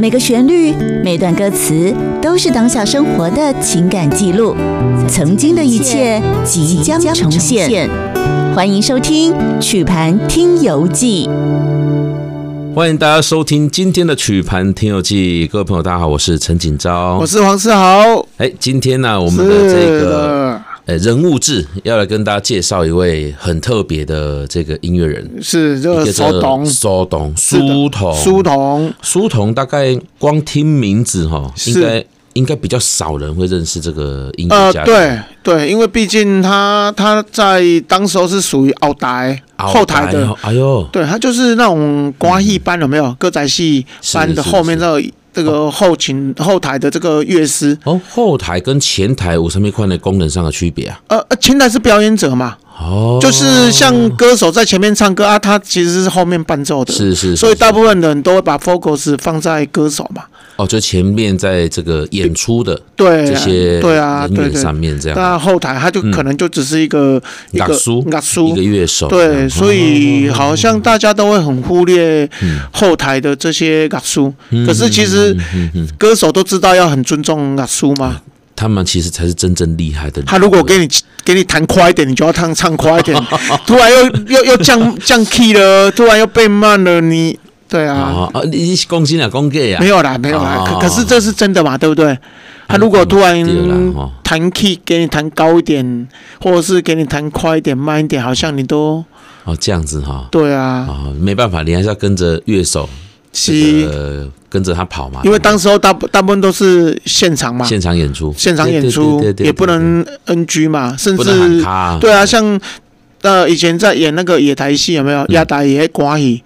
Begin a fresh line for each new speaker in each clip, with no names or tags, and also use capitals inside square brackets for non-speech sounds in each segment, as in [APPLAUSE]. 每个旋律、每段歌词都是当下生活的情感记录，曾经的一切即将重现。欢迎收听《曲盘听游记》。
欢迎大家收听今天的曲盘听友记，各位朋友，大家好，我是陈锦昭
我。是黄世豪。
哎，今天呢、哦我们的
是
这个
的
呃人物志要来跟大家介绍一位很特别的这个音乐人，
是这
一
个
个
手
叫
董
苏童，
呃是的
苏童，
书童
苏童，大概光听名字哈，
是
应该应该比较少人会认识这个音乐
呃，
家。
对对，因为毕竟他他在当时候是属于后台
鳌
后台的，，
哎呦，
对他就是那种歌戏班有没有？歌仔戏班的
是是
后面这这个后勤后台的这个乐师，
哦，后台跟前台有什么款的功能上的区别啊？
呃，呃前台是表演者嘛，
哦，
就是像歌手在前面唱歌啊，他其实是后面伴奏的，
是是，是
所以大部分人都会把 focus 放在歌手嘛。
哦，就前面在这个演出的
对
这
啊，
些
对啊，
人
对
员
对
上面这样，
那后台他就可能就只是一个、一
雅
个
苏
雅
一个
苏，
乐手嗯这样，哦
对，所以好像大家都会很忽略后台的这些雅苏，
嗯
可是其实歌手都知道要很尊重雅苏嘛。
他们其实才是真正厉害的人。
他如果给你给你弹快一点，你就要唱唱快一
[LAUGHS]
点，突然又又又降降 key 了，突然又变慢了，你对啊，
啊啊，你你是公斤啊，公 gay 啊，
没有啦，没有啦，
哦
可可是这是真的嘛，对不对？他如果突然
对啦哦
弹 key 给你弹高一点，或者是给你弹快一点、慢一点，好像你都
哦这样子哈，
对啊，
啊没办法，你还是要跟着乐手，
是，
呃跟着他跑嘛，
因为当时候大部大部分都是现场嘛，
现场演出，
现场演
对对
出
对对对
也不能 NG 嘛，甚
不能喊
至
卡啊，
对啊，像呃以前在演那个野台戏有没有？野台也关系。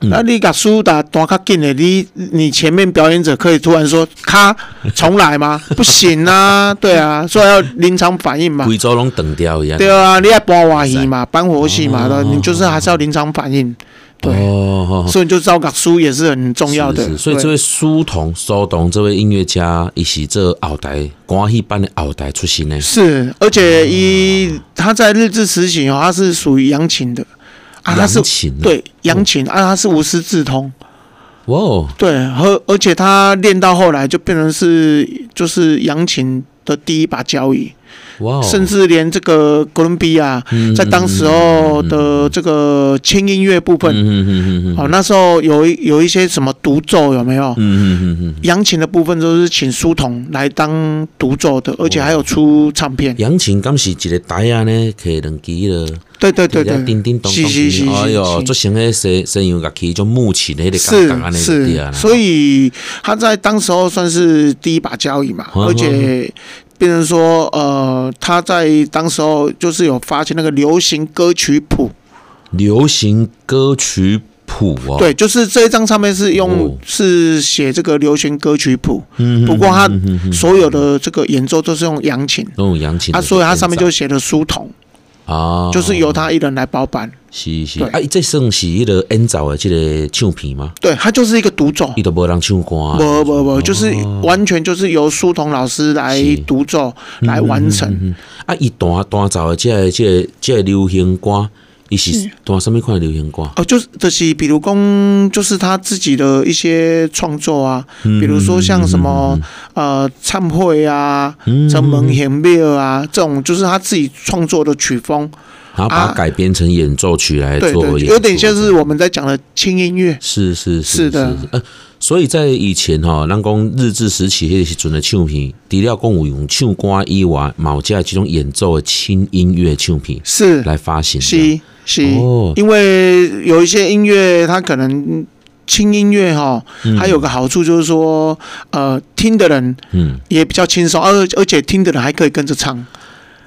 嗯
那你把书打打较紧的，你你前面表演者可以突然说“咔，重
[LAUGHS]
来”吗？不行啊，对啊，所以要临场反应嘛。
贵州龙等掉一样，
对啊，你爱搬话戏嘛，搬活戏嘛，
哦
对，你就是还是要临场反应，对，
哦，哦
所以你就知道港书也是很重要的。
是是所以这
对
位苏童、苏童这位音乐家，以及这后台歌戏班的后台出身的，
是，而且一他在日治时期哦，他是属于扬琴的啊，他是
扬琴啊
对扬琴啊，他是无师自通，
哇哦，
对，而而且他练到后来就变成是就是扬琴的第一把交椅，
哇哦，
甚至连这个哥伦比亚
嗯
在当时候的这个轻音乐部分。
嗯嗯嗯嗯
哦，那时候有一有一些什么独奏有没有？
嗯嗯嗯嗯，
扬琴的部分都是请书童来当独奏的，
哦
而且还有出唱片。
扬琴敢是一个台啊呢，摕两支了，
对对对
这样
对，
叮叮咚
是
咚，
是是
叮
是
咚哎呦，
是
做成个西西洋乐器，就木琴迄个感觉安
是
尼就对啊
是，
啦，
所以他在当时候算是第一把交椅嘛，
嗯
而且。变成说，呃，他在当时候就是有发行那个流行歌曲谱，
流行歌曲谱哦，
对，就是这一张上面是用、
哦
是写这个流行歌曲谱，
嗯，嗯
不过他
嗯嗯嗯嗯
所有的这个演奏都是用扬琴，
那种扬哦琴的
啊，
演奏，
所以它上面就写了书童，
啊，
就是由他一人来包办。
是是，
对
啊，这算是迄个演奏的这个唱片吗？
对，他就是一个独奏
伊，都无人唱歌啊，
不不不，就是完全就是由书童老师来
是
独奏来完成。
嗯啊，伊弹弹奏的这个这个这个流行歌，伊
嗯
是弹什么款的流行歌？
哦，就是就是，比如讲，就是他自己的一些创作啊，
嗯
比如说像什么呃忏悔啊、
嗯
城门玄庙啊这种，就是他自己创作的曲风，
然后把它
啊
改编成演奏曲来
对
做演
对，
出，
有点像是我们在讲的轻音乐。
是是
是的
呃，所以在以前吼，咱讲日治时期迄个时阵的唱片，除了讲有用唱歌以外，嘛有这这种演奏的轻音乐唱片
是
来发行的。
是是
哦，
因为有一些音乐，它可能轻音乐哈，它有个好处就是说，呃，听的人
嗯
也比较轻松，而而且听的人还可以跟着唱，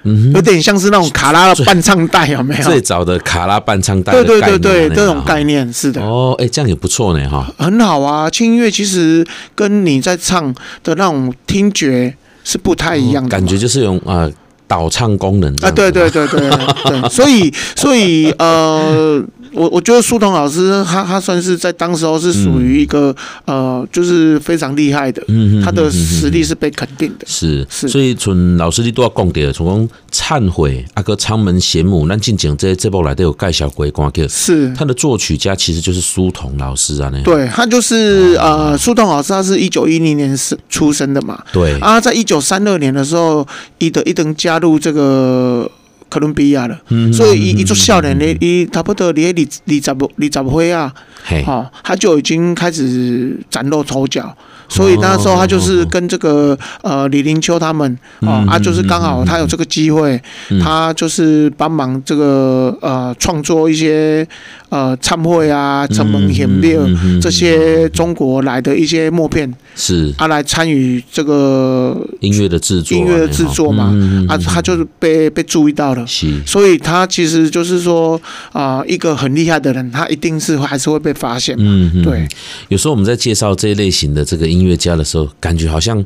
嗯
有
哼，
点像是那种卡拉的伴唱带，有没有？
最早的卡拉伴唱带
对
的
哎对对
概念
对，
呢
这种概
哈
念是的，
哦，哎，这样也不错呢哈。
很好啊。轻音乐其实跟你在唱的那种听觉是不太一样的嘛，
哦感觉就是用啊、呃导唱功能这
啊，
样子
对对对对
[LAUGHS]
对，所以所以呃，我我觉得苏童老师他他算是在当时候是属于一个、呃，就是非常厉害的，
嗯嗯嗯
他的实力是被肯定的。
是，
是
所以从老师你都要讲到，从讲忏悔啊，个苍门贤母，咱进前这节目内底有介绍过歌曲，
是，
他的作曲家其实就是苏童老师啊，呢
对他就是呃，苏童老师他是一九一零年生出生的嘛，
对
啊，在一九三二年的时候，伊的一登加入这个哥伦比亚了，
嗯
所以伊伊做少年的，伊差不多咧二二十二十岁啊，
嘿，
哦，他就已经开始崭露头角。所以那时
哦
候他就是跟这个呃李林秋他们
嗯
哦啊，就是刚好他有这个机会，他就是帮忙这个呃创作一些呃忏悔啊、承蒙显庙
嗯嗯嗯嗯嗯
这些中国来的一些默片
是
啊，来参与这个
音乐的制作啊，
音乐制作嘛
嗯嗯嗯
啊，他就是被被注意到了。
是
所以他其实就是说啊、一个很厉害的人，他一定是还是会被发现嘛。
嗯，嗯
对。
有时候我们在介绍这一类型的这个音乐家的时候，感觉好像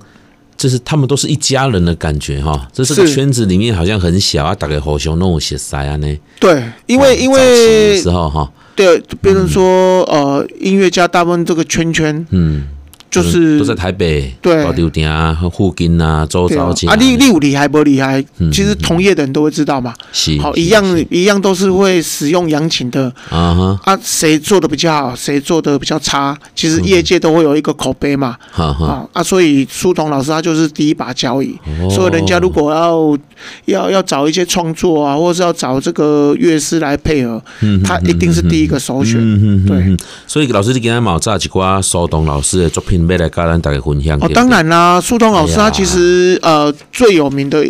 就是他们都是一家人的感觉哈。这这个
是
圈子里面好像很小啊，大概好像那种些塞啊呢。
对，因为
嗯
因
早期的
为
时候哈，
对，别人说呃，音乐家大部分这个圈圈
嗯，
就
可能
是
都在台北、
对
保丢店啊、附近啊、周
对
遭
啊
近
啊，你你有厉害不厉害
嗯？
其实同业的人都会知道嘛。
是
好，
是
一样一样都是会使用扬琴的
啊哈，
啊，谁做的比较好，谁做的比较差，其实业界都会有一个口碑嘛。
哈哈，
啊啊，所以苏童老师他就是第一把交椅，
哦
所以人家如果要要要找一些创作啊，或者是要找这个乐师来配合，他一定是第一个首选。
嗯
对
嗯，所以老师你今天嘛有早一寡苏东老师的作品要来跟咱大家分享。
哦，当然啦，苏童老师
哎呀
他其实、呃最有名的。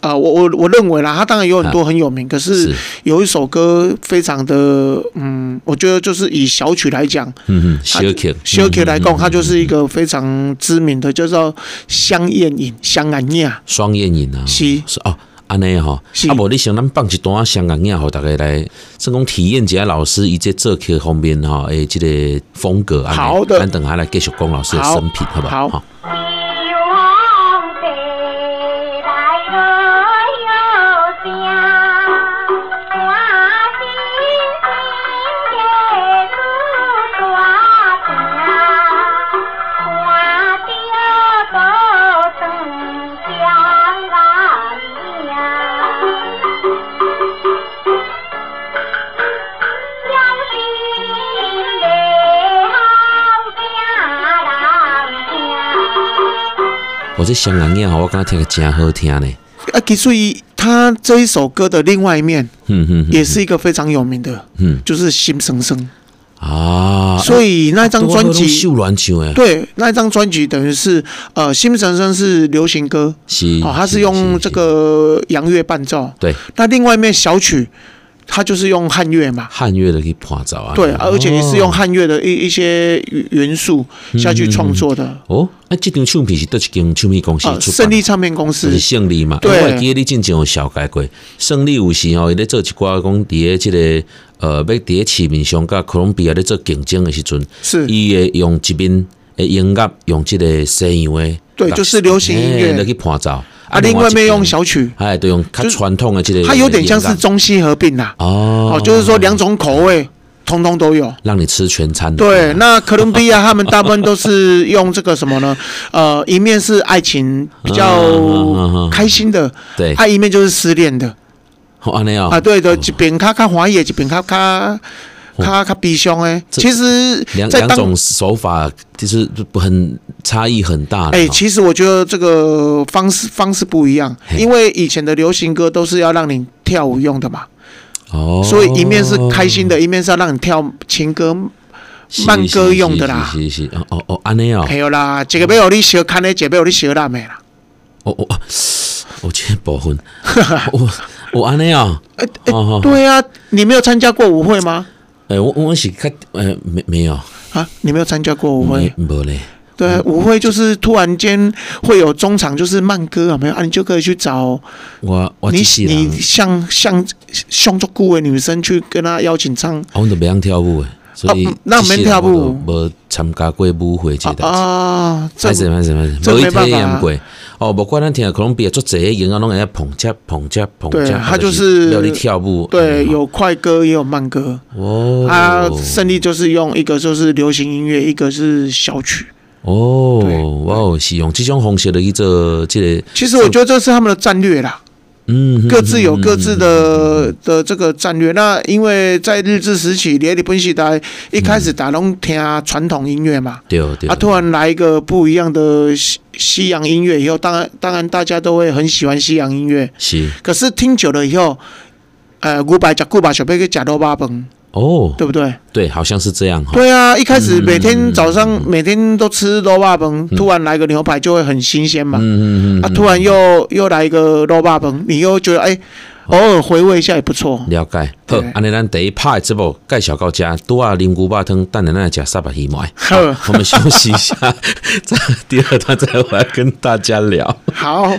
呃，我我我认为啦，他当然有很多很有名，可
对不
是
对是，
有一首歌非常的，嗯，我觉得就是以小曲来讲，
嗯嗯，小曲，
小曲来
嗯嗯
讲，它就是一个非常知名的，叫做《香艳影》《香兰亚
双眼影啊，》，
是
是哦，安尼吼，
是
啊无你想咱放一段香港影，互大家来，算讲体验一下老师伊这做客方面吼，诶，即个风格安尼
好的
咱等下来继续讲老师的
好
生平，好不
好
好
望北来鹅又香，我心心的路多长，我的都等将来呀。乡亲的好家人家。
我这香港影吼，我感觉听个真好听呢，
啊，其实以他这一首歌的另外一面，
嗯嗯
也是一个非常有名的，
嗯
就是《心生生》。
啊，
所以那张专辑，
秀乱唱诶，
对，那张专辑等于是呃，《心生生》是流行歌，
嗯是，
哦，它是用这个洋乐伴奏。
对
那另外一面小曲，它就是用汉乐嘛。
汉乐的去伴奏啊，
对，而且也是用
哦
汉乐的一一些元素
嗯
下去创作的，
哦，那这张唱片是倒一间唱片公司
呃，
出
胜
版的
利唱片公司
就是胜利嘛，因
对
为我会记得你之前有小解过，胜利有时吼，伊咧做一寡讲伫咧即个呃，要伫咧市面上甲哥伦比亚咧做竞争的时阵，
是
伊会用一面诶音乐用即个西洋诶，
对就是流行音乐
嘿来去伴奏，
啊，另外一面用
边，
小曲，
哎，对，用较
就是
传统的即个，
它有点像是中西合并啦。
哦，嗯
哦，就是说两种口味通通都有。
让你吃全餐的，
对，那哥伦比亚他们大部分都是用这个什么呢？ [LAUGHS] 呃，一面是爱情比较
嗯
开心的，
对，
啊，一面就是失恋的
好安尼哦，哦
啊。对的，一边卡卡欢喜的，一边卡卡卡卡悲伤哎。
这
其实
两，
在
两
当
种手法就是就很差异很大了哈，
哎、其实我觉得这个方式方式不一样，
嘿
因为以前的流行歌都是要让你跳舞用的嘛，
哦，
所以一面是开心的，一面是要让你跳情歌
是
慢歌用的啦
是是是是哦哦哦，安尼哦，
还有啦，一个要互你小看的，一个要互你小辣妹啦。
哦哦哦，我这部分，我我安尼哦，
哎、哎，
哦哦，
对啊，你没有参加过舞会吗？
哎，我我是看，呃，没没有，
啊，你没有参加过舞
没嗯
会？
没嘞，
对啊，舞会就是突然间会有中场就是慢歌啊，没有啊，你就可以去找
我我
你
只是人
你，像像像做顾的女生去跟她邀请唱
啊我都不晓跳舞的，所以
啊嗯那
这世人
免跳舞
我都没参加过舞会这代
啊，这
志，没事没事没
这
事，没
没办
体
法啊
验过，哦，无管咱听可能别做这些音啊，拢会捧恰捧恰捧
对
恰，
他
啊
就是
撩你跳舞。
对，
嗯
有快歌也有慢歌。
哦，
他胜利就是用一个就是流行音乐，一个是小曲。
哦
对，
哇哦，是用这种方式来去做这个，
其实我觉得这是他们的战略啦，
嗯，
各自有各自的的这个战略。那因为在日治时期，连日本时代一开始打拢听传统音乐嘛，
对对，
啊，突然来一个不一样的西西洋音乐以后，当然当然大家都会很喜欢西洋音乐。
是
可是听久了以后，呃，古百加古百小贝给假肉巴崩，
哦，
对不对？
对，好像是这样哈，
对啊，一开始
嗯
每天早上每天都吃肉霸崩，突然来个牛排就会很新鲜嘛。
嗯嗯嗯，
啊，
嗯
突然又又来一个肉霸崩，你又觉得哎，偶尔回味一下也不错。
了解，好
对，
安尼咱第一拍的节目介绍到这，拄啊啉牛肉汤，等下咱来吃沙白鱼糜。
好
[LAUGHS] 好我们休息一下，在第二段再回来跟大家聊。
好。